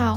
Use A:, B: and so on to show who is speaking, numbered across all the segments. A: 好，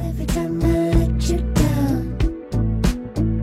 B: Every time I let you down,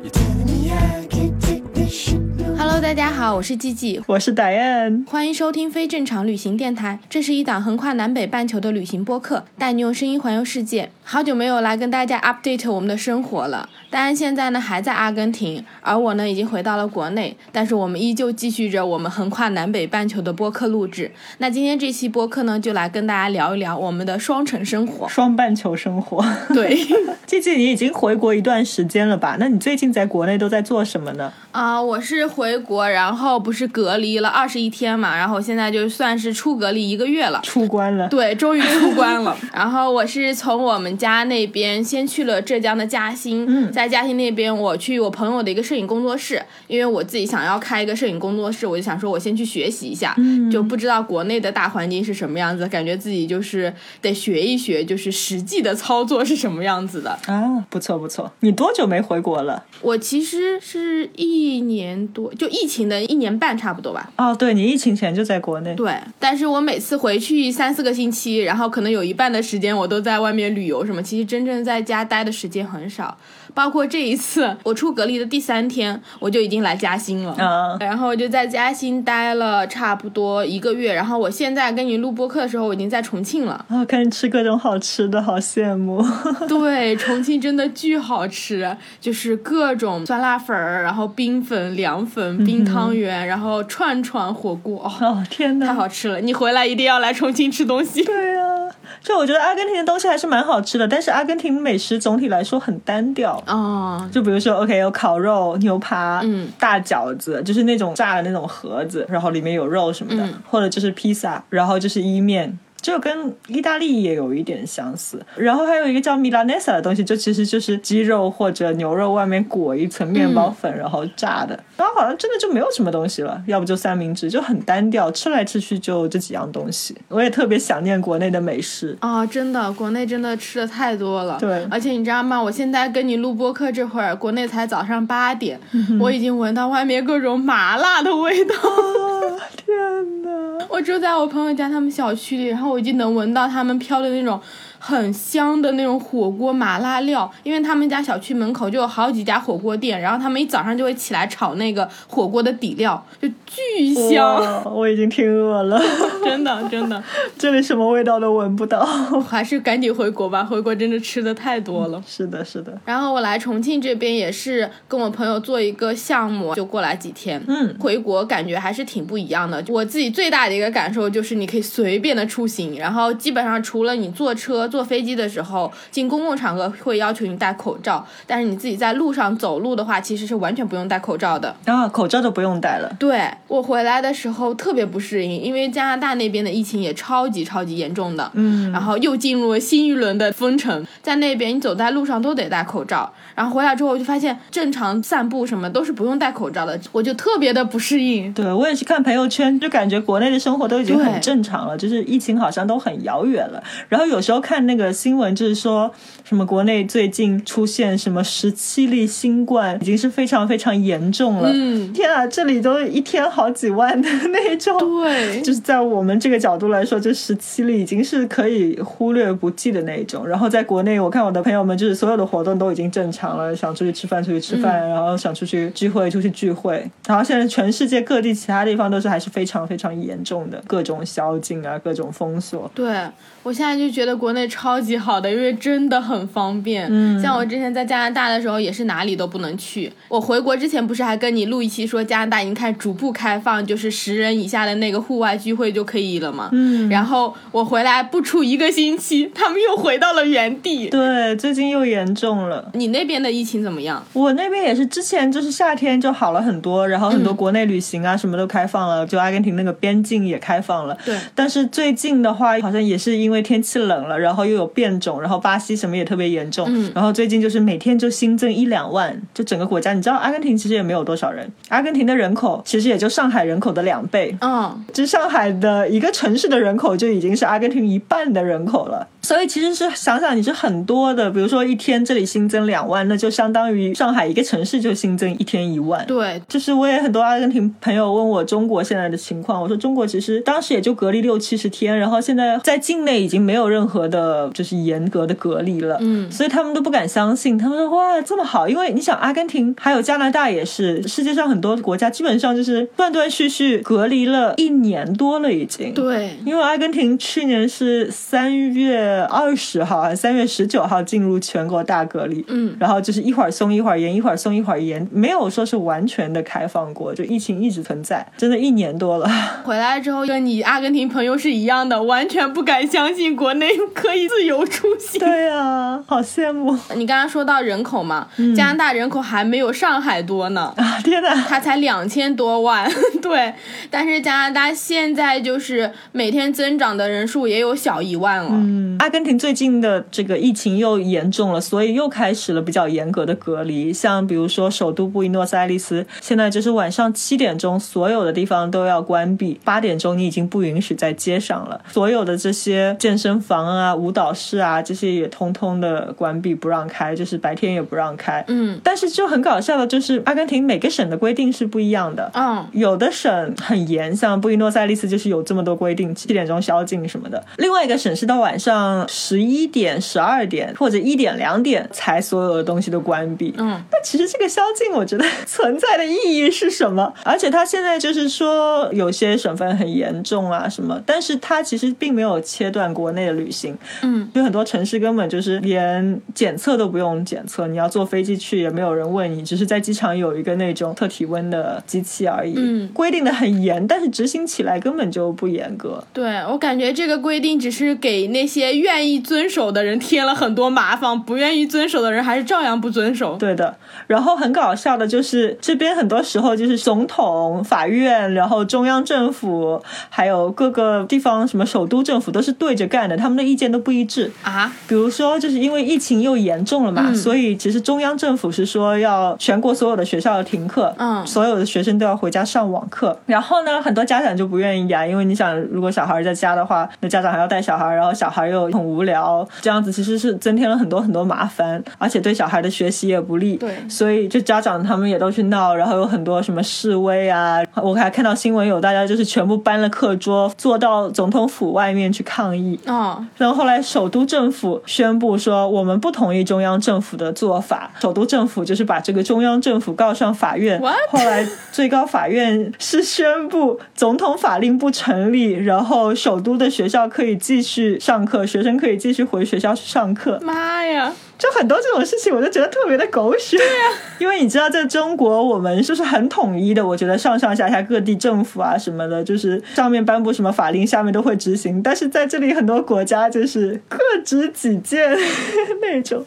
B: you're telling me I can't take this shit no more.
A: Hello，大家好，我是季季，
C: 我是 Diane，。
A: 欢迎收听非正常旅行电台，这是一档横跨南北半球的旅行播客，带你用声音环游世界。好久没有来跟大家 update 我们的生活了。当然现在呢还在阿根廷，而我呢已经回到了国内，但是我们依旧继续着我们横跨南北半球的播客录制。那今天这期播客呢，就来跟大家聊一聊我们的双城生活
C: 双半球生活。
A: 对。
C: 季季，你已经回国一段时间了吧？那你最近在国内都在做什么呢？
A: 啊、我是回国，然后不是隔离了二十一天嘛，然后现在就算是出隔离一个月了。
C: 出关了，
A: 对，终于出关了。然后我是从我们家那边先去了浙江的嘉兴，在嘉兴那边我去我朋友的一个摄影工作室，因为我自己想要开一个摄影工作室，我就想说我先去学习一下，就不知道国内的大环境是什么样子，感觉自己就是得学一学，就是实际的操作是什么样子的。
C: 啊，不错不错。你多久没回国了？
A: 我其实是一年多，就疫情的一年半差不多吧。
C: 哦，对你疫情前就在国内。
A: 对，但是我每次回去三四个星期，然后可能有一半的时间我都在外面旅游什么，其实真正在家待的时间很少。包括这一次我出隔离的第三天，我就已经来嘉兴了。
C: 啊，。
A: 然后我就在嘉兴待了差不多一个月，然后我现在跟你录播客的时候，我已经在重庆了
C: 啊，看你吃各种好吃的，好羡慕。
A: 对，重庆真的巨好吃，就是各种酸辣粉儿，然后冰粉、凉粉、冰汤圆，然后串串火锅，哦
C: 哦，天哪，
A: 太好吃了！你回来一定要来重庆吃东西。
C: 对啊，就我觉得阿根廷的东西还是蛮好吃的，但是阿根廷美食总体来说很单调。
A: 哦，
C: 就比如说，OK，有烤肉、牛扒、
A: 嗯
C: 大饺子，就是那种炸的那种盒子，然后里面有肉什么的，
A: 嗯
C: 或者就是披萨，然后就是意面。就跟意大利也有一点相似，然后还有一个叫 Milanesa 的东西，就其实就是鸡肉或者牛肉外面裹一层面
A: 嗯
C: 包粉，然后炸的。然后好像真的就没有什么东西了，要不就三明治，就很单调，吃来吃去就这几样东西。我也特别想念国内的美食，
A: 啊、真的，国内真的吃的太多了。
C: 对
A: 而且你知道吗？我现在跟你录播客这会儿，国内才早上八点，
C: 嗯
A: 我已经闻到外面各种麻辣的味道。
C: 哦 天哪！
A: 我住在我朋友家他们小区里，然后我已经能闻到他们飘的那种很香的那种火锅麻辣料，因为他们家小区门口就有好几家火锅店，然后他们一早上就会起来炒那个火锅的底料，就巨香，
C: 哇，我已经挺饿了，
A: 真的真的，
C: 这里什么味道都闻不到。
A: 还是赶紧回国吧，回国真的吃的太多了。
C: 是的，是的，
A: 然后我来重庆这边也是跟我朋友做一个项目，就过来几天。
C: 嗯
A: 回国感觉还是挺不一样的。我自己最大的一个感受就是，你可以随便的出行，然后基本上除了你坐车、坐飞机的时候，进公共场合会要求你戴口罩，但是你自己在路上走路的话，其实是完全不用戴口罩的。
C: 啊，口罩都不用戴了。
A: 对我回来的时候特别不适应，因为加拿大那边的疫情也超级超级严重的，嗯，然后又进入了新一轮的封城，在那边你走在路上都得戴口罩，然后回来之后我就发现正常散步什么都是不用戴口罩的，我就特别的不适应。
C: 对我也是看朋友圈，就感觉国内的生活都已经
A: 对
C: 很正常了，就是疫情好像都很遥远了。然后有时候看那个新闻，就是说什么国内最近出现什么十七例新冠，已经是非常非常严重了。
A: 嗯，
C: 天啊，这里都一天好几万的那种。
A: 对
C: 就是在我们这个角度来说，这十七例已经是可以忽略不计的那一种。然后在国内，我看我的朋友们，就是所有的活动都已经正常了，想出去吃饭出去吃饭，
A: 嗯
C: 然后想出去聚会出去聚会。然后现在全世界各地其他地方都是还是非常非常严重的，各种宵禁啊，各种封锁。
A: 对，我现在就觉得国内超级好的，因为真的很方便。嗯，像我之前在加拿大的时候，也是哪里都不能去。我回国之前不是还跟你录一期说加拿大已经开始逐步开放，就是十人以下的那个户外聚会就可以了嘛。嗯，然后我回来不出一个星期，他们又回到了原地。
C: 对，最近又严重了。
A: 你那边的疫情怎么样？
C: 我那边也是，之前就是夏天就好了很多，然后很多国内旅行啊什么都开放了，就阿根廷那个边境也开放了。
A: 对
C: 但是最近的话，好像也是因为天气冷了，然后又有变种，然后巴西什么也特别严重，然后最近就是每天就新增一两万，就整个国家，你知道阿根廷其实也没有多少人，阿根廷的人口其实也就上海人口的两倍，
B: 嗯，
C: 就上海的一个城市的人口就已经是阿根廷一半的人口了，所以其实是想想你是很多的，比如说一天这里新增两万，那就相当于上海一个城市就新增一天一万。
A: 对，
C: 就是我也很多阿根廷朋友问我中国现在的情况，我说中国其实当时也就隔离六七十天，然后现在在境内已经没有任何的就是严格的隔离了，嗯，所以他们都不敢相信，他们说哇这么好，因为你想阿根廷还有加拿大也是，世界上很多国家基本上就是断断续续隔离了一年多了已经，
A: 对，
C: 因为阿根廷去年是三月二十号还是三月十九号进入全国大隔离，
A: 嗯
C: 然后就是一会儿松一会儿严，一会儿松一会儿严，没有说是完全的开放过，就疫情一直存在，真的一年多了。
A: 回来之后跟你阿根廷朋友是一样的，完全不敢相信国内可以自由出行。
C: 对啊，好羡慕
A: 你刚刚说到人口嘛，加拿大人口还没有上海多呢。
C: 啊！天哪，
A: 它才两千多万， 对，但是加拿大现在就是每天增长的人数也有小一万了，
C: 嗯，阿根廷最近的这个疫情又严重了，所以又开始了比较严格的隔离。像比如说首都布宜诺斯艾利斯，现在就是晚上七点钟，所有的地方都要关闭，八点钟你已经不允许在街上了。所有的这些健身房啊、舞蹈室啊，这些也通通的关闭，不让开，就是白天也不让开。
A: 嗯
C: 但是就很搞笑的，就是阿根廷每个省的规定是不一样的。
A: 嗯，
C: 有的省很严，像布宜诺斯艾利斯就是有这么多规定，七点钟宵禁什么的。另外一个省是到晚上十一点、十二点或者一点、两点才所有的东西都关闭。
A: 嗯，
C: 那其实这个宵禁，我觉得存在的意义是什么？而且它现在就是说有些省份很严重啊什么，但是它其实并没有切断国内的旅行。
A: 嗯，
C: 有很多城市根本就是连检测都不用检测，你要坐飞机去也没有人问你，只是在机场有一个那种测体温的机器而已。
A: 嗯
C: 规定的很严，但是执行起来根本就不严格。
A: 对我感觉这个规定只是给那些愿意遵守的人添了很多麻烦，不愿意遵守的人还是照样不遵守。
C: 对的，然后很搞笑的就是这边很多时候就是总统、法院，然后中央政府，还有各个地方什么首都政府都是对着干的，他们的意见都不一致。
A: 啊，
C: 比如说，就是因为疫情又严重了嘛，
A: 嗯
C: 所以其实中央政府是说要全国所有的学校要停课，
A: 嗯
C: 所有的学生都要回家上网课。然后呢，很多家长就不愿意啊，因为你想，如果小孩在家的话，那家长还要带小孩，然后小孩又很无聊，这样子其实是增添了很多很多麻烦，而且对小孩的学习也不利。
A: 对
C: 所以就家长他们也都去闹，然后有很多什么示威啊，我还看到新闻有大家就是全部搬了课桌，坐到总统府外面去抗议。
A: 哦，
C: 然后后来首都政府宣布说，我们不同意中央政府的做法。首都政府就是把这个中央政府告上法院。
A: What？
C: 后来最高法院是宣布总统法令不成立，然后首都的学校可以继续上课，学生可以继续回学校去上课。
A: 妈呀，
C: 就很多这种事情，我就觉得特别的狗血。对呀、因为你知道，在中国我们就是很统一的，我觉得上上下下各地政府啊什么的，就是上面颁布什么法令，下面都会执行。但是在这里很多国家就是各执己见 那种，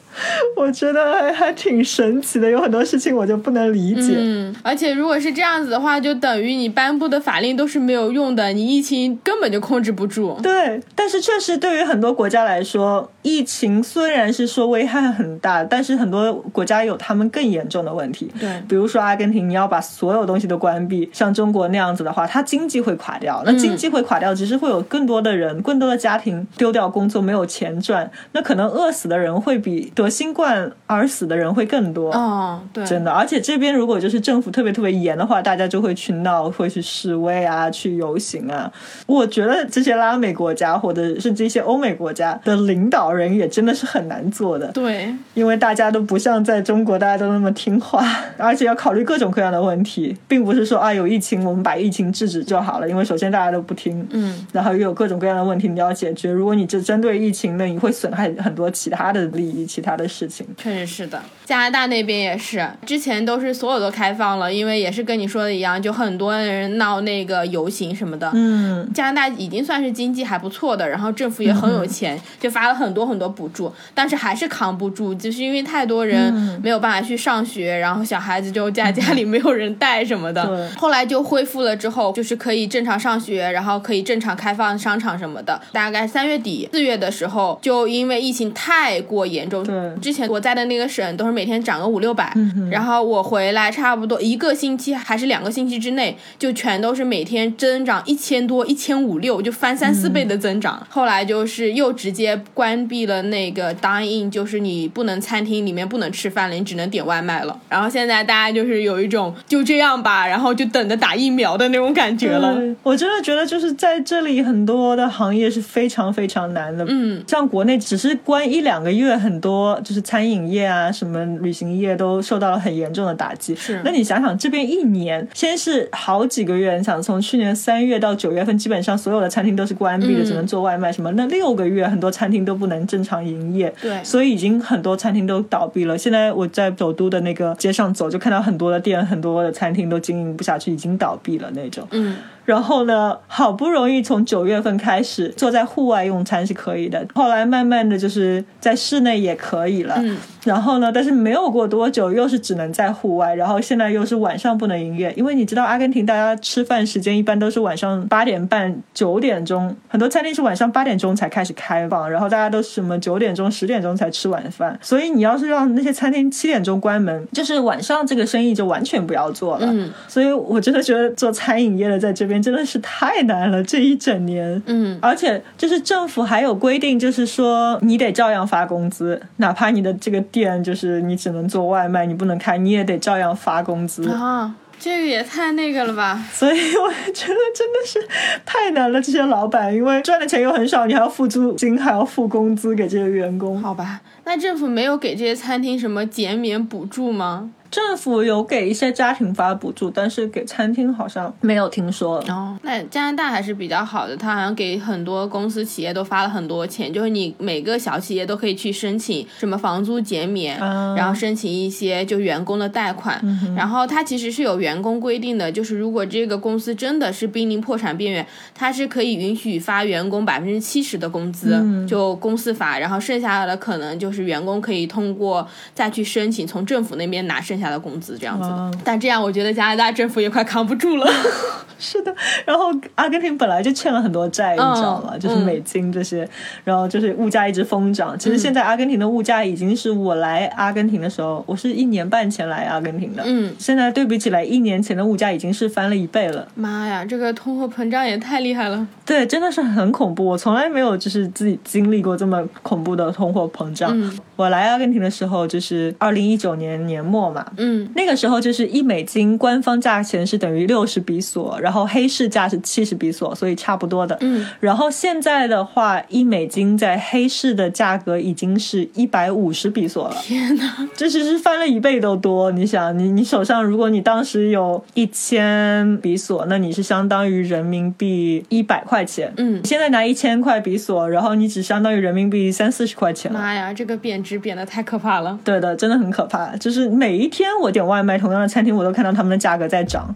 C: 我觉得还还挺神奇的。有很多事情我就不能理解。
A: 嗯，而且如果是这样子的话，就等于你颁布的法令都是没有用的，你疫情根本就控制不住。
C: 对，但是确实对于很多国家来说，疫情虽然是说危害很大，但是很多国家有他们更严重的问题。
A: 对
C: 比如说阿根廷，你要把所有东西都关闭，像中国那样子的话，它经济会垮掉。那经济会垮掉，只是会有更多的人、更多的家庭丢掉工作，没有钱赚。那可能饿死的人会比得新冠而死的人会更多。
A: 哦，对，
C: 真的，而且这边如果就是政府特别特别严的话，大家就会去闹，会去示威啊，去游行啊。我觉得这些拉美国家或者甚至一些欧美国家的领导人也真的是很难做的，
A: 对，
C: 因为大家都不像在中国大家都那么听话，而且要考虑各种各样的问题，并不是说啊有疫情我们把疫情制止就好了，因为首先大家都不听，
A: 嗯，
C: 然后又有各种各样的问题你要解决。如果你只针对疫情，那你会损害很多其他的利益、其他的事情。
A: 确实是的，加拿大那边也是，之前都是所有都开放了，因为也是跟你说的一样，就很多人闹那个游行什么的。
C: 嗯，
A: 加拿大已经算是经济还不错的，然后政府也很有钱，就发了很多很多补助，但是还是扛不住，就是因为太多
C: 嗯
A: 人没有办法去上学，然后小孩子就在家里没有人带什么的
C: 对。
A: 后来就恢复了之后，就是可以正常上学，然后可以正常开放商场什么的。大概三月底四月的时候，就因为疫情太过严重，
C: 对
A: 之前我在的那个省都是每天涨个五六百，然后我回来差不多一个星期还是两个星期之内，就全都是每天增长一千多、一千五六，就翻三四倍的增长。后来就是又直接关闭了那个 dine in，就是你不能餐厅里面不能吃饭了，你只能点外卖了。然后现在大家就是有一种就这样吧，然后就等着打疫苗的那种感觉了。
C: 对我真的觉得就是在这里很多的行业是非常非常难的。嗯，像国内只是关一两个月，很多就是餐饮业啊、什么旅行业都受到了很严重的打击。
A: 是
C: 那你想想这边一年，先是好几个月，你想从去年三月到九月份，基本上所有的餐厅都是关闭的，
A: 嗯
C: 只能做外卖什么。那六个月，很多餐厅都不能正常营业。
A: 对
C: 所以已经很多餐厅都倒闭了。现在我在首都的那个街上走，就看到很多的店、很多的餐厅都经营不下去，已经倒闭了那种。
A: 嗯，
C: 然后呢，好不容易从九月份开始坐在户外用餐是可以的，后来慢慢的就是在室内也可以了。
A: 嗯
C: 然后呢，但是没有过多久又是只能在户外，然后现在又是晚上不能营业，因为你知道阿根廷大家吃饭时间一般都是晚上八点半九点钟，很多餐厅是晚上八点钟才开始开放，然后大家都是什么九点钟十点钟才吃晚饭，所以你要是让那些餐厅七点钟关门，就是晚上这个生意就完全不要做了。
A: 嗯
C: 所以我真的觉得做餐饮业的在这边真的是太难了，这一整年。
A: 嗯
C: 而且就是政府还有规定，就是说你得照样发工资，哪怕你的这个店就是你只能做外卖，你不能开，你也得照样发工资。
A: 啊，这个也太那个了吧。
C: 所以我觉得真的是太难了，这些老板，因为赚的钱又很少，你还要付租金，还要付工资给这些员工。
A: 好吧，那政府没有给这些餐厅什么减免补助吗？
C: 政府有给一些家庭发补助，但是给餐厅好像没有听说。
A: 哦，那加拿大还是比较好的，它好像给很多公司企业都发了很多钱，就是你每个小企业都可以去申请什么房租减免，
C: 啊
A: 然后申请一些就员工的贷款，然后它其实是有员工规定的，就是如果这个公司真的是濒临破产边缘，它是可以允许发员工百分之七十的工资，就公司发，然后剩下的可能就是员工可以通过再去申请从政府那边拿剩下的工资这样子的
C: 哇
A: 但这样我觉得加拿大政府也快扛不住了。
C: 是的，然后阿根廷本来就欠了很多债，你知道吗？
A: 嗯
C: 就是美金这些，然后就是物价一直疯涨。其实现在阿根廷的物价已经是我来阿根廷的时候，我是一年半前来阿根廷的，
A: 嗯
C: 现在对比起来，一年前的物价已经是翻了一倍了。
A: 妈呀，这个通货膨胀也太厉害了！
C: 对，真的是很恐怖，我从来没有就是自己经历过这么恐怖的通货膨胀。
A: 嗯
C: 我来阿根廷的时候就是二零一九年年末嘛，
A: 嗯
C: 那个时候就是一美金官方价钱是等于六十比索，然后黑市价是七十比索，所以差不多的。
A: 嗯，
C: 然后现在的话，一美金在黑市的价格已经是一百五十比索了，
A: 天哪，
C: 这只是翻了一倍都多。你想，你你手上如果你当时有一千比索，那你是相当于人民币一百块钱。
A: 嗯
C: 现在拿一千块比索，然后你只相当于人民币三四十块钱了。
A: 妈呀，这个贬值贬得太可怕了！
C: 对的，真的很可怕。就是每一天我点外卖，同样的餐厅我都看到他们的价格在涨。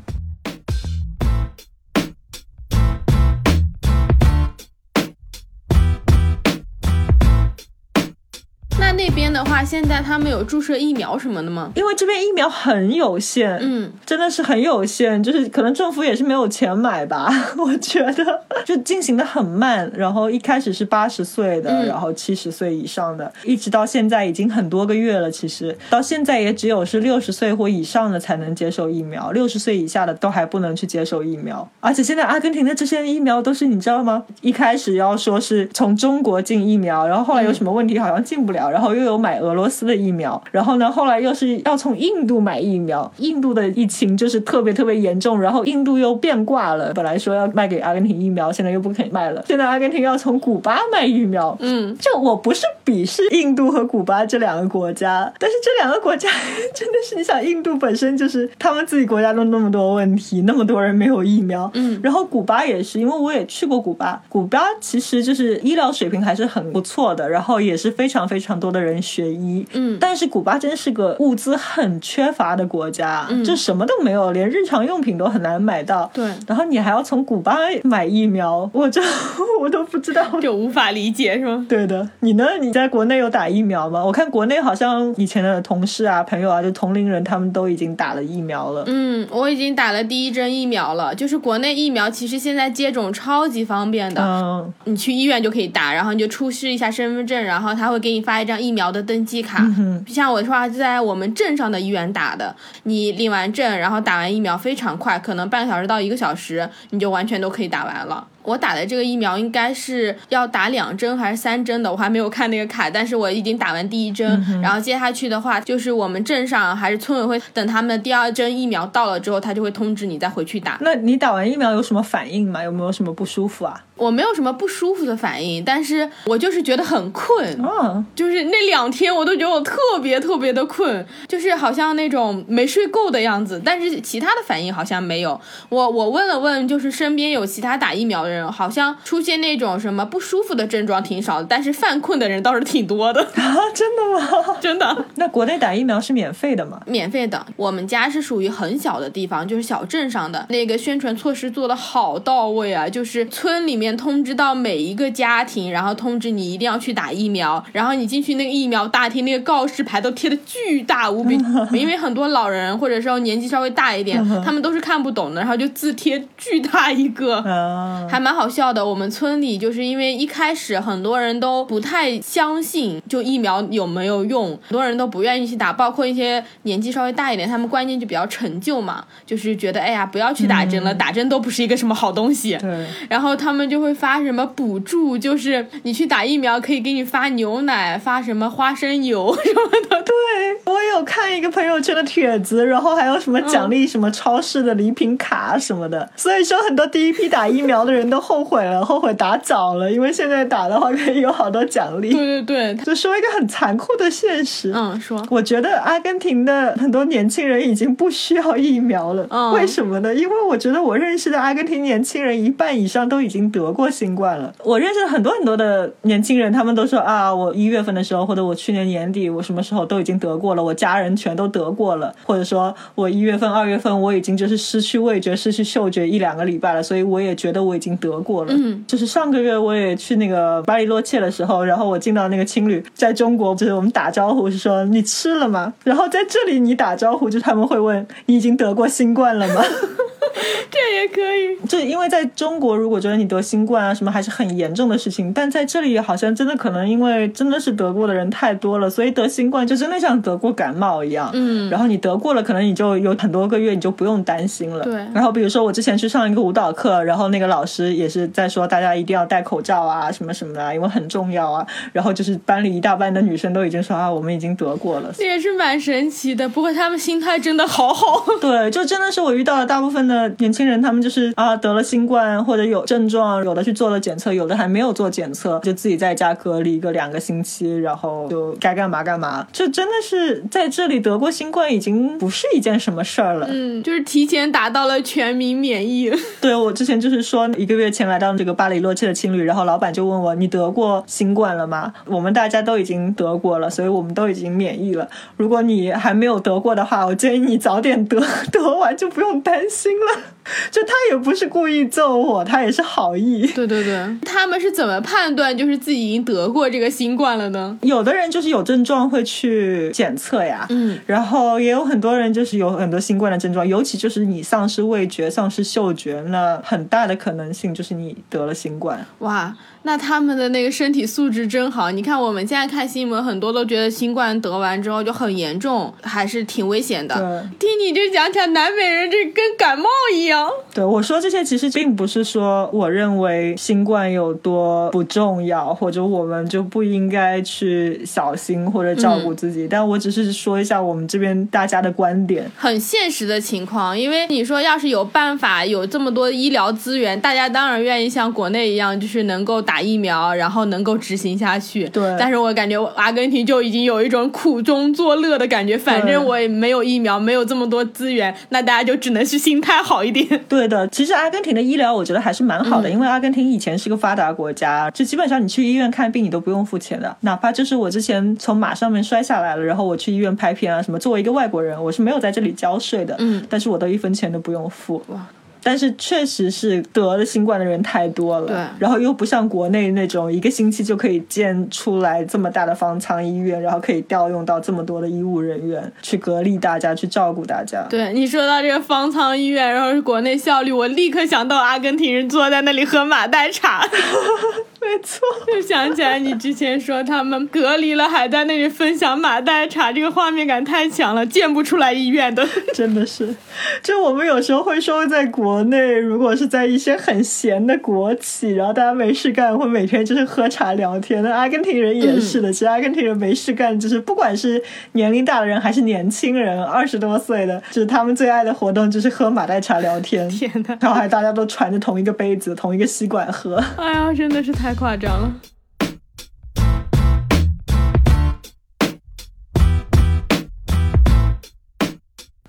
A: 那那边的话，现在他们有注射疫苗什么的吗？
C: 因为这边疫苗很有限，
A: 嗯，
C: 真的是很有限，就是可能政府也是没有钱买吧， 我觉得就进行的很慢。然后一开始是八十岁的，
A: 嗯
C: 然后七十岁以上的，一直到现在已经很多个月了。其实到现在也只有是六十岁或以上的才能接受疫苗，六十岁以下的都还不能去接受疫苗。而且现在阿根廷的这些疫苗都是你知道吗？一开始要说是从中国进疫苗，然后后来有什么问题好像进不了，然后又有买俄罗斯的疫苗，然后呢后来又是要从印度买疫苗，印度的疫情就是特别特别严重，然后印度又变卦了，本来说要卖给阿根廷疫苗，现在又不肯卖了，现在阿根廷要从古巴卖疫苗，
A: 嗯，
C: 就我不是鄙视印度和古巴这两个国家，但是这两个国家 真的是，你想印度本身就是他们自己国家都那么多问题，那么多人没有疫苗，
A: 嗯
C: 然后古巴也是，因为我也去过古巴，古巴其实就是医疗水平还是很不错的，然后也是非常非常多的的人学医。
A: 嗯
C: 但是古巴真是个物资很缺乏的国家，就什么都没有，连日常用品都很难买到。
A: 嗯对
C: 然后你还要从古巴买疫苗，我这 我都不知道。
A: 这无法理解是吗？
C: 对的，你呢？你在国内有打疫苗吗？我看国内好像以前的同事啊、朋友啊，就同龄人，他们都已经打了疫苗了。
A: 嗯，我已经打了第一针疫苗了。就是国内疫苗，其实现在接种超级方便的，
C: 嗯，
A: 你去医院就可以打，然后你就出示一下身份证，然后他会给你发一张疫苗的登记卡。像我的话，就在我们镇上的医院打的，你领完证，然后打完疫苗非常快，可能半个小时到一个小时，你就完全都可以打完了。我打的这个疫苗应该是要打两针还是三针的，我还没有看那个卡，但是我已经打完第一针，然后接下去的话就是我们镇上还是村委会，等他们的第二针疫苗到了之后，他就会通知你再回去打。
C: 那你打完疫苗有什么反应吗？有没有什么不舒服啊？
A: 我没有什么不舒服的反应，但是我就是觉得很困，
C: 嗯，
A: 就是那两天我都觉得我特别特别的困，就是好像那种没睡够的样子。但是其他的反应好像没有。我我问了问，就是身边有其他打疫苗的人，好像出现那种什么不舒服的症状挺少的，但是犯困的人倒是挺多的，
C: 啊，真的吗？
A: 真的。
C: 那国内打疫苗是免费的吗？
A: 免费的。我们家是属于很小的地方，就是小镇上的那个宣传措施做的好到位啊，就是村里面通知到每一个家庭，然后通知你一定要去打疫苗，然后你进去那个疫苗大厅那个告示牌都贴的巨大无比，因为很多老人或者说年纪稍微大一点，他们都是看不懂的，然后就字贴巨大一个，
C: 啊，
A: 还蛮好笑的。我们村里就是因为一开始很多人都不太相信，就疫苗有没有用，很多人都不愿意去打，包括一些年纪稍微大一点，他们观念就比较陈旧嘛，就是觉得哎呀不要去打针了，打针都不是一个什么好东西。
C: 对，
A: 然后他们就会发什么补助，就是你去打疫苗可以给你发牛奶、发什么花生油 什么的，
C: 对我有看一个朋友圈的帖子，然后还有什么奖励什么超市的礼品卡什么的，所以说很多第一批打疫苗的人都后悔了，后悔打早了，因为现在打的话可以有好多奖励。
A: 对对对，
C: 就说一个很残酷的现实，
A: 嗯，说
C: 我觉得阿根廷的很多年轻人已经不需要疫苗了，
A: 嗯
C: 为什么呢？因为我觉得我认识的阿根廷年轻人一半以上都已经得过新冠了。我认识很多很多的年轻人，他们都说啊，我一月份的时候，或者我去年年底，我什么时候都已经得过了，我家人全都得过了，或者说我一月份、二月份我已经就是失去味觉、失去嗅觉一两个礼拜了，所以我也觉得我已经得过了。
A: 嗯，
C: 就是上个月我也去那个巴黎洛切的时候，然后我进到那个青旅，在中国就是我们打招呼是说你吃了吗？然后在这里你打招呼就他们会问你已经得过新冠了吗？
A: 这也可以，
C: 就因为在中国，如果觉得你得新冠啊什么还是很严重的事情，但在这里好像真的可能因为真的是得过的人太多了，所以得新冠就真的像得过感冒一样。
A: 嗯
C: 然后你得过了，可能你就有很多个月你就不用担心了。
A: 对
C: 然后比如说我之前去上一个舞蹈课，然后那个老师也是在说大家一定要戴口罩啊什么什么的啊，因为很重要啊。然后就是班里一大半的女生都已经说啊我们已经得过了，
A: 这也是蛮神奇的。不过他们心态真的好好。
C: 对，就真的是我遇到的大部分的年轻人，他们就是啊得了新冠或者有症状，有的去做了检测，有的还没有做检测，就自己在家隔离个两个星期，然后就该干嘛干嘛。这真的是在这里得过新冠已经不是一件什么事儿了。
A: 嗯，就是提前达到了全民免疫。
C: 对我之前就是说，一个月前来到这个巴黎洛切的青旅，然后老板就问我：“你得过新冠了吗？”我们大家都已经得过了，所以我们都已经免疫了。如果你还没有得过的话，我建议你早点得，得完就不用担心了。就他也不是故意揍我，他也是好意。
A: 对对对，他们是怎么判断就是自己已经得过这个新冠了呢？
C: 有的人就是有症状会去检测呀，
A: 嗯，
C: 然后也有很多人就是有很多新冠的症状，尤其就是你丧失味觉、丧失嗅觉，那很大的可能性就是你得了新冠。
A: 哇，那他们的那个身体素质真好。你看我们现在看新闻，很多都觉得新冠得完之后就很严重，还是挺危险的。
C: 对。
A: 听你这讲讲，南美人这跟感冒一样。
C: 对我说这些，其实并不是说我认为新冠有多不重要，或者我们就不应该去小心或者照顾自己，但我只是说一下我们这边大家的观点。
A: 很现实的情况，因为你说要是有办法，有这么多医疗资源，大家当然愿意像国内一样，就是能够打疫苗，然后能够执行下去。
C: 对
A: 但是我感觉阿根廷就已经有一种苦中作乐的感觉，反正我也没有疫苗，没有这么多资源，那大家就只能是心态好一点。里。
C: 对的，其实阿根廷的医疗我觉得还是蛮
A: 嗯
C: 好的，因为阿根廷以前是个发达国家，就基本上你去医院看病你都不用付钱的，哪怕就是我之前从马上面摔下来了，然后我去医院拍片啊什么，作为一个外国人，我是没有在这里交税的，
A: 嗯
C: 但是我都一分钱都不用付。
A: 哇！
C: 但是确实是得了新冠的人太多了，
A: 对
C: 然后又不像国内那种一个星期就可以建出来这么大的方舱医院，然后可以调用到这么多的医务人员去隔离大家，去照顾大家。
A: 对你说到这个方舱医院，然后是国内效率，我立刻想到阿根廷人坐在那里喝马黛茶，
C: 没错，
A: 就想起来你之前说他们隔离了还在那里分享马黛茶，这个画面感太强了，建不出来医院的。
C: 真的是，就我们有时候会说，在国内，如果是在一些很闲的国企，然后大家没事干，会每天就是喝茶聊天。那阿根廷人也是的，其实阿根廷人没事干，就是不管是年龄大的人还是年轻人，二十多岁的，就是他们最爱的活动就是喝马黛茶聊天，
A: 天哪！
C: 然后还大家都传着同一个杯子、同一个吸管喝。
A: 哎呀，真的是太夸张了。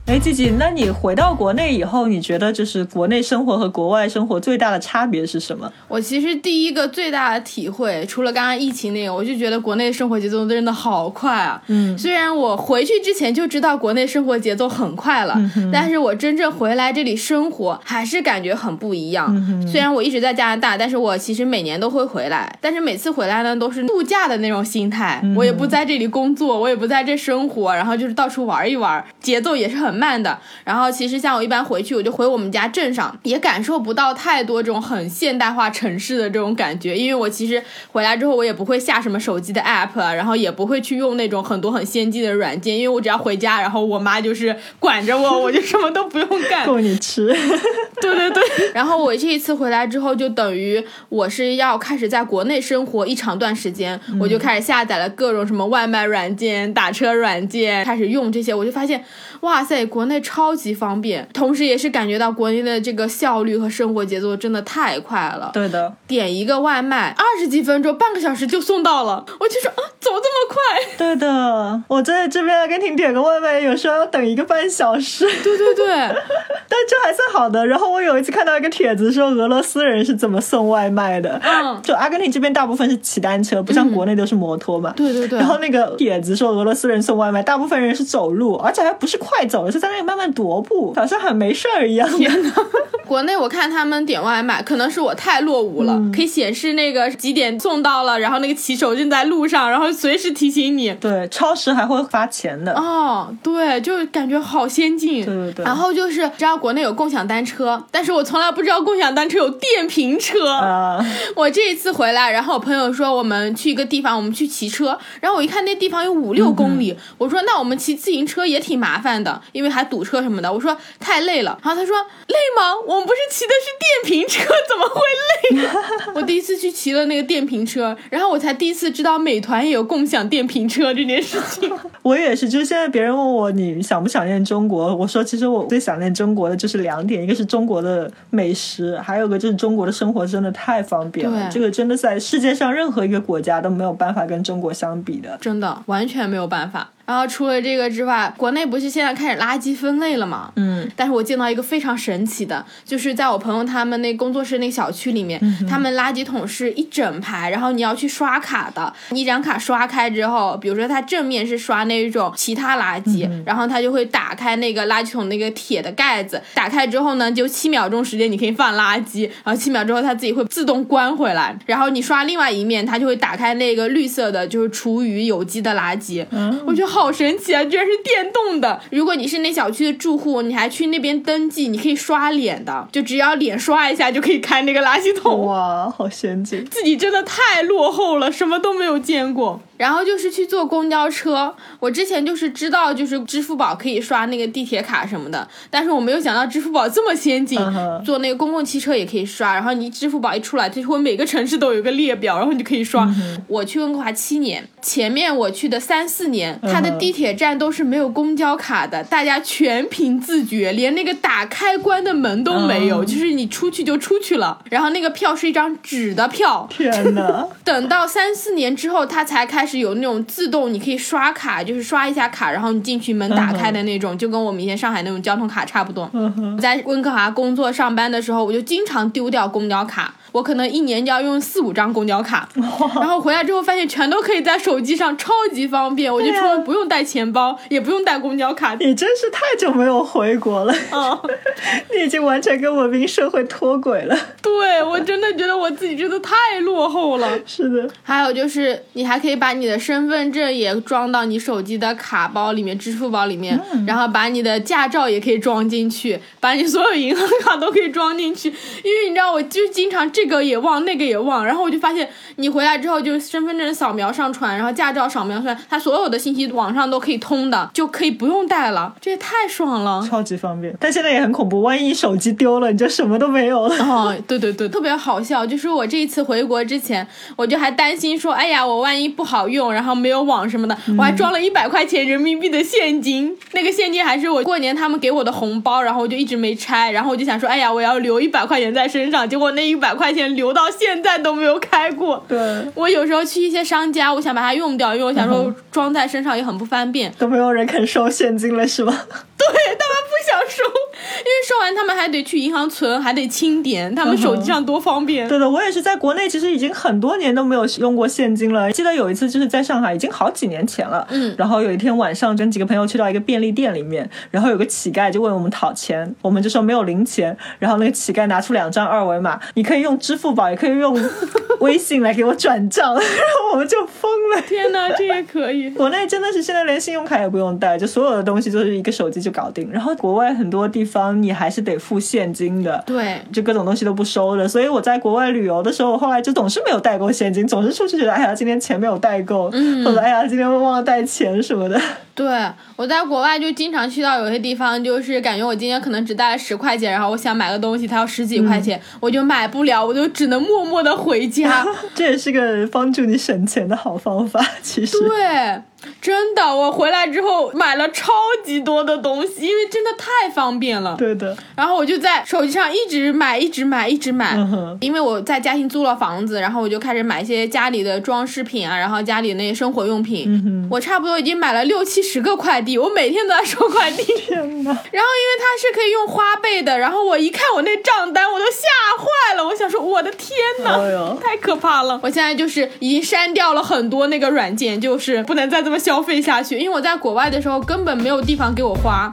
C: 哎，季季，那你回到国内以后，你觉得就是国内生活和国外生活最大的差别是什么？
A: 我其实第一个最大的体会，除了刚刚疫情那个，我就觉得国内生活节奏真的好快啊。
C: 嗯
A: 虽然我回去之前就知道国内生活节奏很快了，但是我真正回来这里生活，还是感觉很不一样。虽然我一直在加拿大，但是我其实每年都会回来，但是每次回来呢都是度假的那种心态，我也不在这里工作，我也不在这生活，然后就是到处玩一玩，节奏也是很慢的。然后其实像我一般回去，我就回我们家镇上，也感受不到太多这种很现代化城市的这种感觉，因为我其实回来之后，我也不会下什么手机的 app 啊，然后也不会去用那种很多很先进的软件，因为我只要回家，然后我妈就是管着我，我就什么都不用干。
C: 够你吃。
A: 对对对。 然后我这一次回来之后，就等于我是要开始在国内生活一长段时间，我就开始下载了各种什么外卖软件、打车软件，开始用这些，我就发现，哇塞，国内超级方便，同时也是感觉到国内的这个效率和生活节奏真的太快了。
C: 对的，
A: 点一个外卖，二十几分钟、半个小时就送到了，我就说啊，怎么这么快？
C: 对的，我在这边阿根廷点个外卖，有时候要等一个半小时，
A: 对对对。
C: 但这还算好的。然后我有一次看到一个帖子说俄罗斯人是怎么送外卖的，
A: 嗯
C: 就阿根廷这边大部分是骑单车，不像国内都是摩托嘛。
A: 对对嗯对
C: 然后那个帖子说俄罗斯人送外卖，大部分人是走路，而且还不是快走，是在那里慢慢踱步，好像很没事儿一样的。
A: 国内我看他们点外卖，可能是我太落伍了，
C: 嗯
A: 可以显示那个几点送到了，然后那个骑手正在路上，然后随时提醒你。
C: 对，超时还会发钱的。
A: 哦，对，就感觉好先进。
C: 对对对
A: 然后就是知道国内有共享单车，但是我从来不知道共享单车有电瓶车。
C: 啊、
A: 我这一次回来，然后我朋友说我们去一个地方，我们去骑车。然后我一看那地方有五六公里，我说那我们骑自行车也挺麻烦的，因为还堵车什么的。我说太累了。然后他说累吗？我们不是骑的是电瓶车，怎么会累呢？ 我第一次去骑了那个电瓶车，然后我才第一次知道美团也有共享电瓶车这件事情。
C: 我也是，就是现在别人问我你想不想念中国，我说其实我最想念中国的就是两点，一个是中国的美食，还有个就是中国的生活真的太方便了，
A: 对
C: 这个真的在世界上任何一个国家都没有办法跟中国相比的。
A: 真的完全没有办法。然后除了这个之外，国内不是现在开始垃圾分类了吗？
C: 嗯，
A: 但是我见到一个非常神奇的，就是在我朋友他们那工作室那小区里面，他们垃圾桶是一整排，然后你要去刷卡的，你一张卡刷开之后，比如说它正面是刷那种其他垃圾，然后它就会打开那个垃圾桶那个铁的盖子，打开之后呢，就七秒钟时间你可以放垃圾，然后七秒之后它自己会自动关回来，然后你刷另外一面，它就会打开那个绿色的，就是厨余有机的垃圾，我觉得好神奇啊！居然是电动的。如果你是那小区的住户，你还去那边登记，你可以刷脸的，就只要脸刷一下就可以开那个垃圾桶。
C: 哇，好先进！
A: 自己真的太落后了，什么都没有见过。然后就是去坐公交车，我之前就是知道就是支付宝可以刷那个地铁卡什么的，但是我没有想到支付宝这么先进
C: 嗯哼
A: 坐那个公共汽车也可以刷。然后你支付宝一出来，它就会每个城市都
C: 嗯嗯
A: 有一个列表，然后你就可以刷。我去温哥华七年，前面我去的三四年，它的的地铁站都是没有公交卡的，大家全凭自觉，连那个打开关的门都没有，
C: 嗯
A: 就是你出去就出去了。然后那个票是一张纸的票，
C: 天哪！
A: 等到三四年之后，它才开始有那种自动，你可以刷卡，就是刷一下卡，然后你进去门打开的那种，就跟我们以前上海那种交通卡差不多。我在温哥华工作上班的时候，我就经常丢掉公交卡，我可能一年就要用四五张公交卡，然后回来之后发现全都可以在手机上，超级方便。我就出门不用带钱包，也不用带公交卡。
C: 你真是太久没有回国了， 你已经完全跟文明社会脱轨了。
A: 对我真的觉得我自己真的太落后了。
C: 是的，
A: 还有就是，你还可以把你的身份证也装到你手机的卡包里面、支付宝里面，然后把你的驾照也可以装进去，把你所有银行卡都可以装进去。因为你知道，我就经常这个也忘，那个也忘，然后我就发现，你回来之后就身份证扫描上传，然后驾照扫描上传，它所有的信息网上都可以通的，就可以不用带了，这也太爽了。
C: 超级方便，但现在也很恐怖，万一手机丢了，你就什么都没有了。
A: 哦，对对对，特别好笑。就是我这一次回国之前，我就还担心说，哎呀，我万一不好用，然后没有网什么的，我还装了一百块钱人民币的现金，那个现金还是我过年他们给我的红包，然后我就一直没拆，然后我就想说，哎呀，我要留一百块钱在身上，结果那一百块钱留到现在都没有开过。
C: 对，
A: 我有时候去一些商家，我想把它用掉，因为我想说装在身上也很不方便。
C: 都没有人肯收现金了，是吧？
A: 不想收，因为收完他们还得去银行存，还得清点，他们手机上多方便。
C: 对的，我也是在国内，其实已经很多年都没有用过现金了。记得有一次就是在上海，已经好几年前了。
A: 嗯
C: 然后有一天晚上跟几个朋友去到一个便利店里面，然后有个乞丐就问我们讨钱，我们就说没有零钱，然后那个乞丐拿出两张二维码，你可以用支付宝，也可以用 微信来给我转账，然后我们就疯了。
A: 天哪，这也可以。
C: 国内真的是现在连信用卡也不用带，就所有的东西就是一个手机就搞定。然后国外很多地方你还是得付现金的，
A: 对，
C: 就各种东西都不收的。所以我在国外旅游的时候，我后来就总是没有带够现金，总是出去觉得哎呀今天钱没有带够，或者哎呀今天忘了带钱什么的。
A: 对，我在国外就经常去到有些地方，就是感觉我今天可能只带了十块钱，然后我想买个东西，它要十几块钱，我就买不了，我就只能默默的回 家。
C: 这也是个帮助你省钱的好方法，其实。
A: 对，啊真的，我回来之后买了超级多的东西，因为真的太方便了。
C: 对的，
A: 然后我就在手机上一直买，一直买，一直买。
C: 嗯哼
A: 因为我在嘉兴租了房子，然后我就开始买一些家里的装饰品啊，然后家里那些生活用品。
C: 嗯
A: 我差不多已经买了六七十个快递，我每天都在收快 递。
C: 天 哪！
A: 然后因为它是可以用花呗的，然后我一看我那账单，我都吓坏了。我想说，我的天哪，
C: 哎呦
A: 太可怕了！我现在就是已经删掉了很多那个软件，就是不能再这么消费下去，因为我在国外的时候根本没有地方给我花。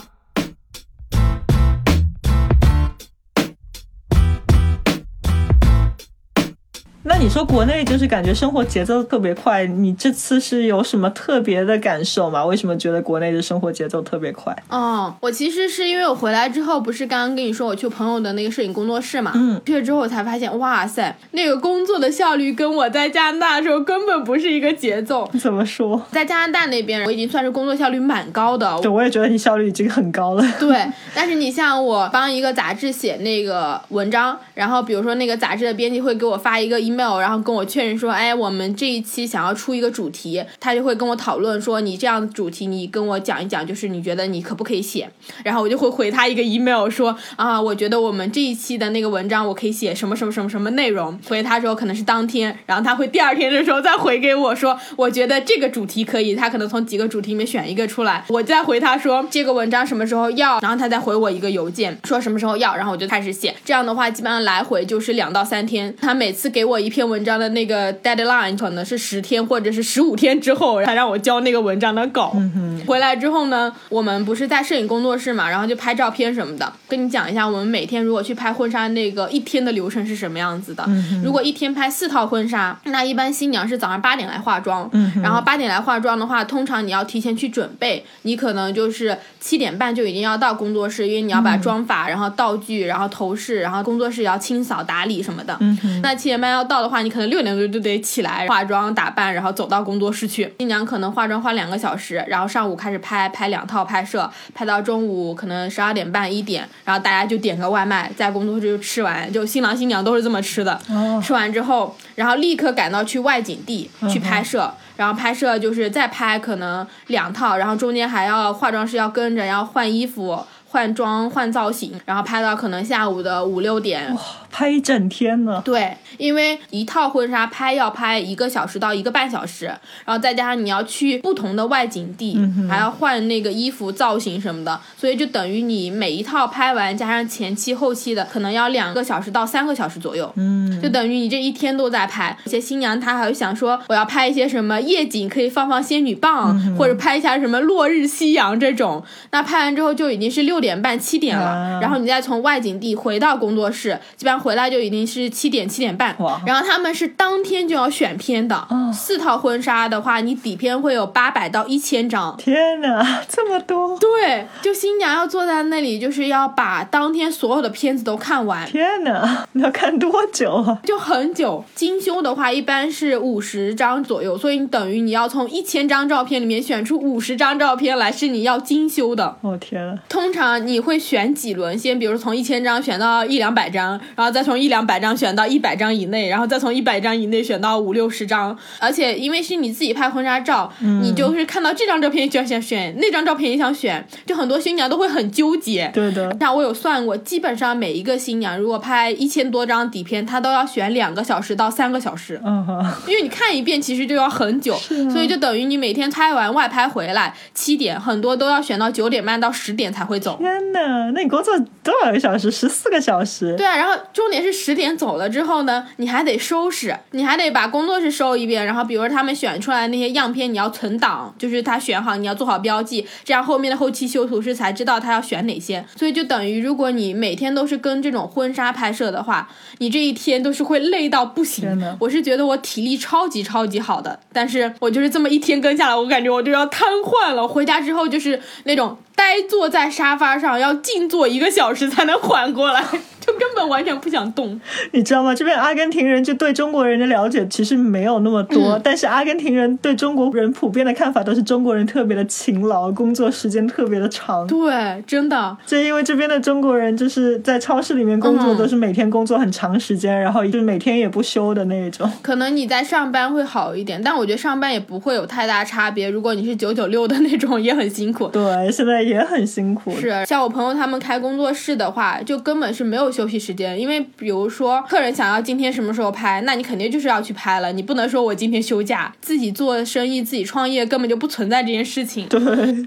C: 那你说国内就是感觉生活节奏特别快，你这次是有什么特别的感受吗？为什么觉得国内的生活节奏特别快？
A: 哦，我其实是因为我回来之后，不是刚刚跟你说我去朋友的那个摄影工作室嘛，
C: 嗯，
A: 去了之后我才发现，哇塞，那个工作的效率跟我在加拿大的时候根本不是一个节奏。
C: 怎么说？
A: 在加拿大那边，我已经算是工作效率蛮高的，
C: 对，我也觉得你效率已经很高了。
A: 对，但是你像我帮一个杂志写那个文章，然后比如说那个杂志的编辑会给我发一个 email，然后跟我确认说，哎，我们这一期想要出一个主题，他就会跟我讨论说，你这样主题你跟我讲一讲，就是你觉得你可不可以写？然后我就会回他一个 email 说，啊，我觉得我们这一期的那个文章我可以写什么什么什么什么内容。回他之后可能是当天，然后他会第二天的时候再回给我说，我觉得这个主题可以，他可能从几个主题里面选一个出来，我再回他说这个文章什么时候要，然后他再回我一个邮件说什么时候要，然后我就开始写。这样的话，基本上来回就是两到三天。他每次给我一篇文章的那个 deadline 可能是十天或者是十五天之后，他让我交那个文章的稿。嗯回来之后呢，我们不是在摄影工作室嘛，然后就拍照片什么的。跟你讲一下，我们每天如果去拍婚纱，那个一天的流程是什么样子的。如果一天拍四套婚纱，那一般新娘是早上八点来化妆，然后八点来化妆的话，通常你要提前去准备，你可能就是七点半就已经要到工作室，因为你要把妆发、然后道具、然后头饰、然后工作室也要清扫打理什么的。那七点半要到的话，你可能六点多就得起来化妆打扮，然后走到工作室去。新娘可能化妆花两个小时，然后上午开始拍，拍两套拍摄，拍到中午可能十二点半一点，然后大家就点个外卖，在工作室就吃完，就新郎新娘都是这么吃的。吃完之后，然后立刻赶到去外景地去拍摄。然后拍摄就是再拍可能两套，然后中间还要化妆师要跟着，要换衣服、换装、换造型，然后拍到可能下午的五六点，
C: 拍一整天呢。
A: 对，因为一套婚纱拍要拍一个小时到一个半小时，然后再加上你要去不同的外景地，还要换那个衣服造型什么的，所以就等于你每一套拍完加上前期后期的，可能要两个小时到三个小时左右。嗯，就等于你这一天都在拍。而且新娘她还会想说，我要拍一些什么夜景，可以放放仙女棒，或者拍一下什么落日夕阳这种。那拍完之后就已经是六点半七点了，
C: 啊
A: 然后你再从外景地回到工作室，基本上回来就已经是七点七点半
C: 哇。
A: 然后他们是当天就要选片的，四套婚纱的话，你底片会有八百到一千张。
C: 天哪，这么多！
A: 对，就新娘要坐在那里，就是要把当天所有的片子都看完，
C: 天哪， 你要看多久啊？
A: 就很久。精修的话一般是五十张左右，所以你等于你要从一千张照片里面选出五十张照片来是你要精修的。
C: 我、哦天啊哪，
A: 通常你会选几轮，先比如说从一千张选到一两百张，然后再从一两百张选到一百张以内，然后再从一百张以内选到五六十张。而且因为是你自己拍婚纱照，你就是看到这张照片就想选，那张照片也想选，就很多新娘都会很纠结。
C: 对的，
A: 那我有算过，基本上每一个新娘如果拍一千多张底片，她都要选两个小时到三个小时。
C: 嗯哼，
A: 因为你看一遍其实就要很久，所以就等于你每天拍完外拍回来，七点很多都要选到九点半到十点才会走。
C: 天哪，那你工作多少个小时？十四个小时？
A: 对啊，然后重点是十点走了之后呢，你还得收拾，你还得把工作室收一遍，然后比如说他们选出来那些样片，你要存档，就是他选好，你要做好标记，这样后面的后期修图师才知道他要选哪些。所以就等于如果你每天都是跟这种婚纱拍摄的话，你这一天都是会累到不
C: 天
A: 行
C: 哪。
A: 我是觉得我体力超级超级好的，但是我就是这么一天跟下来，我感觉我就要瘫痪了。回家之后就是那种呆坐在沙发上，要静坐一个小时才能缓过来， 就根本完全不想动。
C: 你知道吗？这边阿根廷人就对中国人的了解其实没有那么多，
A: 嗯
C: 但是阿根廷人对中国人普遍的看法都是中国人特别的勤劳，工作时间特别的长。
A: 对，真的，
C: 就因为这边的中国人就是在超市里面工作，
A: 嗯
C: 都是每天工作很长时间，然后就是每天也不休的那种。
A: 可能你在上班会好一点，但我觉得上班也不会有太大差别。如果你是九九六的那种，也很辛苦。
C: 对，现在也很辛苦。
A: 是像我朋友他们开工作室的话，就根本是没有休息时间，因为比如说客人想要今天什么时候拍，那你肯定就是要去拍了，你不能说我今天休假。自己做生意、自己创业根本就不存在这件事情。
C: 对，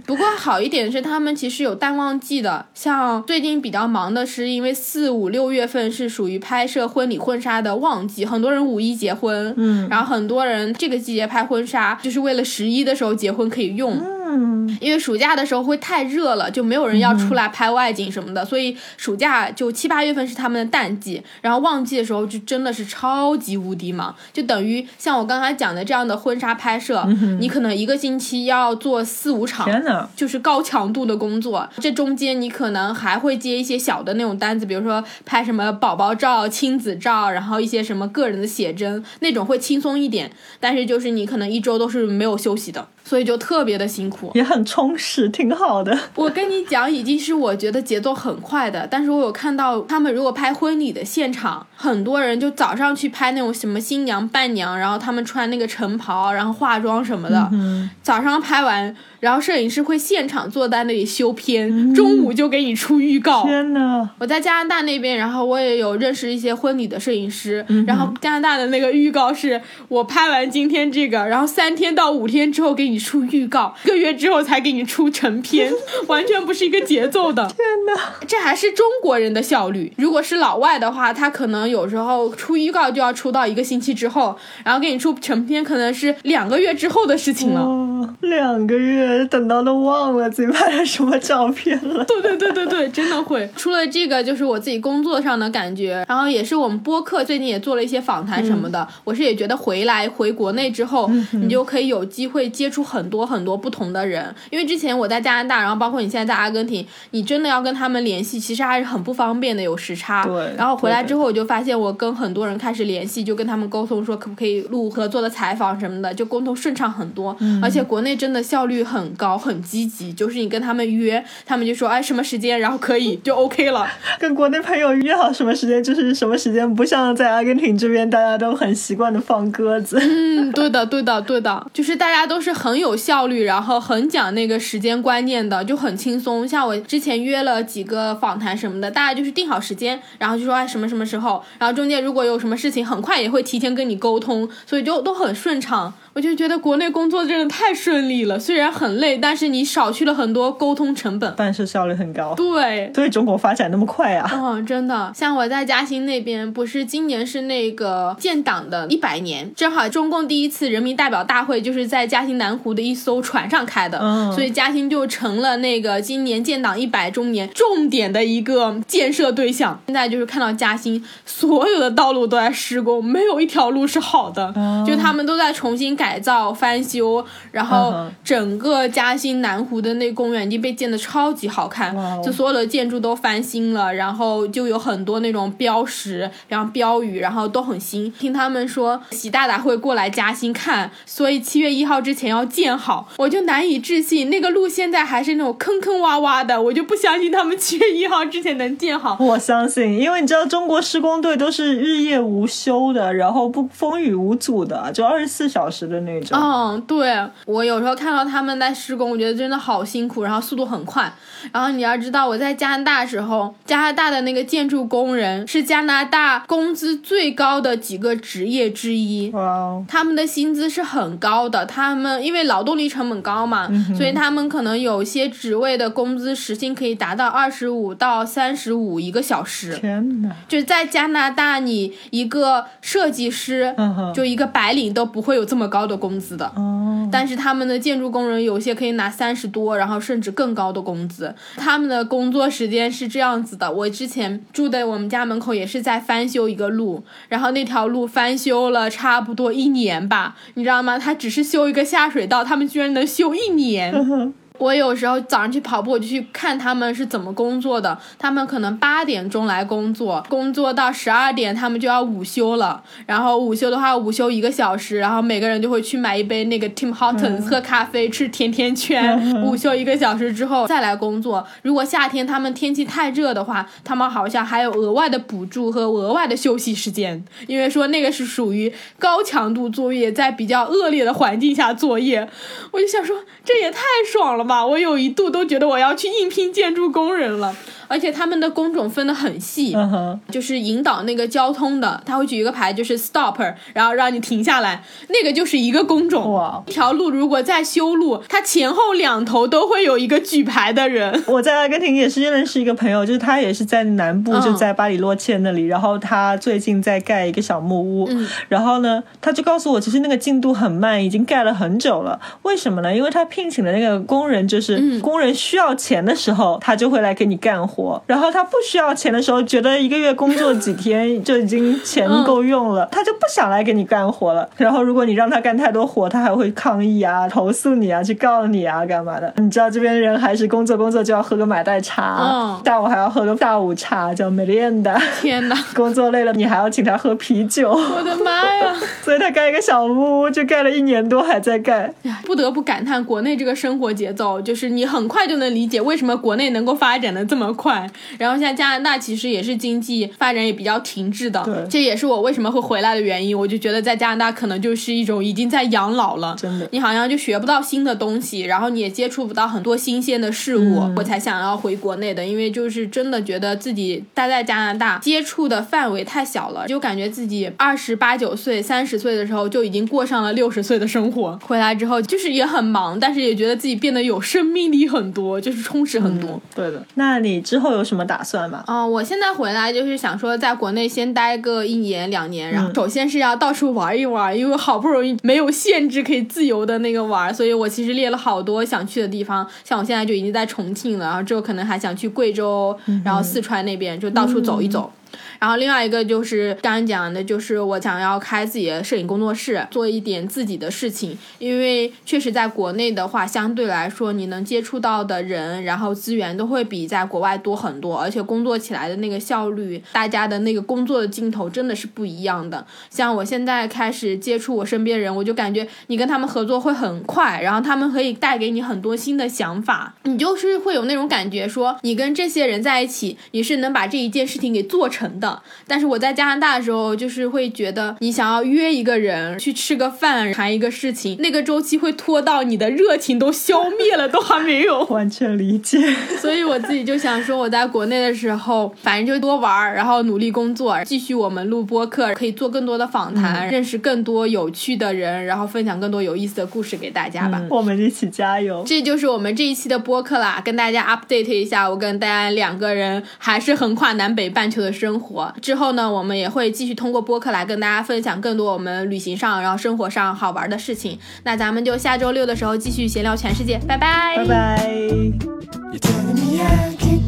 A: 不过好一点是他们其实有淡旺季的，像最近比较忙的是因为四五六月份是属于拍摄婚礼婚纱的旺季，很多人五一结婚，嗯，然后很多人这个季节拍婚纱就是为了十一的时候结婚可以用，
C: 嗯，
A: 因为暑假的时候会太热了，就没有人要出来拍外景什么
C: 嗯
A: 的，所以暑假就七八月份是他们的淡季，然后旺季的时候就真的是超级无敌忙，就等于像我刚才讲的这样的婚纱拍摄，你可能一个星期要做四五场。
C: 嗯天哪！
A: 就是高强度的工作，这中间你可能还会接一些小的那种单子，比如说拍什么宝宝照、亲子照，然后一些什么个人的写真那种会轻松一点，但是就是你可能一周都是没有休息的，所以就特别的辛苦。
C: 也很充实，挺好的。
A: 我跟你讲，已经是我觉得节奏很快的，但是我有看到他们如果拍婚礼的现场，很多人就早上去拍那种什么新娘伴娘，然后他们穿那个晨袍，然后化妆什么的，早上拍完，然后摄影师会现场坐在那里修片，中午就给你出预 告。
C: 天哪！
A: 我在加拿大那边，然后我也有认识一些婚礼的摄影师，
C: 嗯
A: 然后加拿大的那个预告是我拍完今天这个，然后三天到五天之后给你出预告，一个月之后才给你出成片，完全不是一个节奏的。
C: 天哪！
A: 这还是中国人的效率，如果是老外的话，他可能有时候出预告就要出到一个星期之后，然后给你出成片可能是两个月之后的事情了。
C: 哦，两个月等到都忘了自己拍了什么照片了。
A: 对对对对对，真的会。除了这个，就是我自己工作上的感觉，然后也是我们播客最近也做了一些访谈什么的。
C: 嗯
A: 我是也觉得回来回国内之后，你就可以有机会接触很多很多不同的人。因为之前我在加拿大，然后包括你现在在阿根廷，你真的要跟他们联系，其实还是很不方便的，有时差。
C: 对
A: 然后回来
C: 对
A: 之后，我就发现我跟很多人开始联系，就跟他们沟通说可不可以录合作的采访什么的，就沟通顺畅很多，而且国内真的效率很高，很积极，就是你跟他们约，他们就说哎什么时间，然后可以就 OK 了。
C: 跟国内朋友约好什么时间就是什么时间，不像在阿根廷这边大家都很习惯的放鸽子。
A: 嗯，对的，对的，对的，就是大家都是很有效率，然后很讲那个时间观念的，就很轻松。像我之前约了几个访谈什么的，大家就是定好时间，然后就说哎什么什么时候，然后中间如果有什么事情，很快也会提前跟你沟通，所以就都很顺畅。我就觉得国内工作真的太顺利了，虽然很累，但是你少去了很多沟通成本。
C: 办事效率很高，
A: 对，
C: 所以中国发展那么快啊呀、
A: 嗯，真的，像我在嘉兴那边，不是今年是那个建党的一百年，正好中共第一次人民代表大会就是在嘉兴南湖的一艘船上开的，
C: 嗯
A: 所以嘉兴就成了那个今年建党一百周年重点的一个建设对象。现在就是看到嘉兴所有的道路都在施工，没有一条路是好的，
C: 哦
A: 就他们都在重新改造、翻修，然
C: 嗯
A: 后
C: 哼
A: 整个嘉兴南湖的那公园已经被建的超级好看
C: 哇哦，
A: 就所有的建筑都翻新了，然后就有很多那种标识，然后标语，然后都很新。听他们说习大大会过来嘉兴看，所以七月一号之前要建好，我就难以置信，那个路现在还是那种坑坑洼洼的，我就不相信他们七月一号之前能建好。
C: 我相信，因为你知道中国施工队都是日夜无休的，然后不风雨无阻的，就二十四小时的那种。
A: 嗯，对我有时候看到他们在施工，我觉得真的好辛苦，然后速度很快。然后你要知道，我在加拿大的时候，加拿大的那个建筑工人是加拿大工资最高的几个职业之一。
C: 哇哦，
A: 他们的薪资是很高的，他们因为劳动力成本高嘛，
C: 嗯
A: 所以他们可能有些职位的工资时薪可以达到二十五到三十五一个小时。
C: 天哪！
A: 就是在加拿大，你一个设计师，
C: 嗯哼
A: 就一个白领都不会有这么高的工资的。
C: 哦，
A: 但是他们的建筑工人有些可以拿三十多，然后甚至更高的工资。他们的工作时间是这样子的：我之前住在我们家门口也是在翻修一个路，然后那条路翻修了差不多一年吧，你知道吗？他只是修一个下水道，他们居然能修一年。我有时候早上去跑步，我就去看他们是怎么工作的。他们可能八点钟来工作，工作到十二点，他们就要午休了。然后午休的话，午休一个小时，然后每个人就会去买一杯那个 Tim Hortons、喝咖啡、吃甜甜圈。午休一个小时之后再来工作。如果夏天他们天气太热的话，他们好像还有额外的补助和额外的休息时间，因为说那个是属于高强度作业，在比较恶劣的环境下作业。我就想说，这也太爽了吧！我有一度都觉得我要去应聘建筑工人 了，而且他们的工种分得很细，
C: 嗯哼，
A: 就是引导那个交通的，他会举一个牌，就是 stop，然后让你停下来，那个就是一个工种。
C: 哇！
A: 一条路如果在修路，它前后两头都会有一个举牌的人。
C: 我在阿根廷也是认识一个朋友，就是他也是在南部，
A: 嗯
C: 就在巴里洛切那里，然后他最近在盖一个小木屋，然后呢，他就告诉我，其实那个进度很慢，已经盖了很久了。为什么呢？因为他聘请的那个工人，就是工人需要钱的时候，他就会来给你干活；然后他不需要钱的时候，觉得一个月工作几天就已经钱够用了，他就不想来给你干活了。然后如果你让他干太多活，他还会抗议啊、投诉你啊、去告你啊、干嘛的。你知道这边人还是工作工作就要喝个马黛茶
A: 嗯，
C: 下午还要喝个大午茶，叫 merienda。
A: 天哪，
C: 工作累了，你还要请他喝啤酒。
A: 我的妈呀！
C: 所以他盖一个小木屋，就盖了一年多，还在盖。
A: 哎不得不感叹国内这个生活节奏，就是你很快就能理解为什么国内能够发展的这么快。然后像加拿大其实也是经济发展也比较停滞的
C: 对，
A: 这也是我为什么会回来的原因。我就觉得在加拿大可能就是一种已经在养老了，
C: 真的
A: 你好像就学不到新的东西，然后你也接触不到很多新鲜的事物，我才想要回国内的，因为就是真的觉得自己待在加拿大接触的范围太小了，就感觉自己二十八九岁、三十岁的时候就已经过上了六十岁的生活。回来之后就是也很忙，但是也觉得自己变得有生命力很多，就是充实很多。
C: 对的。那你之后有什么打算吗？
A: 嗯，我现在回来就是想说，在国内先待个一年两年，然后首先是要到处玩一玩，因为好不容易没有限制可以自由的那个玩，所以我其实列了好多想去的地方，像我现在就已经在重庆了，然后之后可能还想去贵州，然后四川那边就到处走一走。然后另外一个就是刚刚讲的，就是我想要开自己的摄影工作室，做一点自己的事情，因为确实在国内的话，相对来说你能接触到的人，然后资源都会比在国外多很多，而且工作起来的那个效率，大家的那个工作的劲头真的是不一样的。像我现在开始接触我身边人，我就感觉你跟他们合作会很快，然后他们可以带给你很多新的想法，你就是会有那种感觉说，你跟这些人在一起，你是能把这一件事情给做成的。但是我在加拿大的时候，就是会觉得你想要约一个人去吃个饭，谈一个事情，那个周期会拖到你的热情都消灭了，都还没有。
C: 完全理解。
A: 所以我自己就想说，我在国内的时候，反正就多玩儿，然后努力工作，继续我们录播客，可以做更多的访
C: 嗯
A: 谈，认识更多有趣的人，然后分享更多有意思的故事给大家吧。
C: 我们一起嗯加油！
A: 这就是我们这一期的播客啦，跟大家 update 一下，我跟戴安两个人还是横跨南北半球的生活。之后呢，我们也会继续通过播客来跟大家分享更多我们旅行上，然后生活上好玩的事情。那咱们就下周六的时候继续闲聊全世界，拜拜
C: 拜拜。
D: You're telling me I can't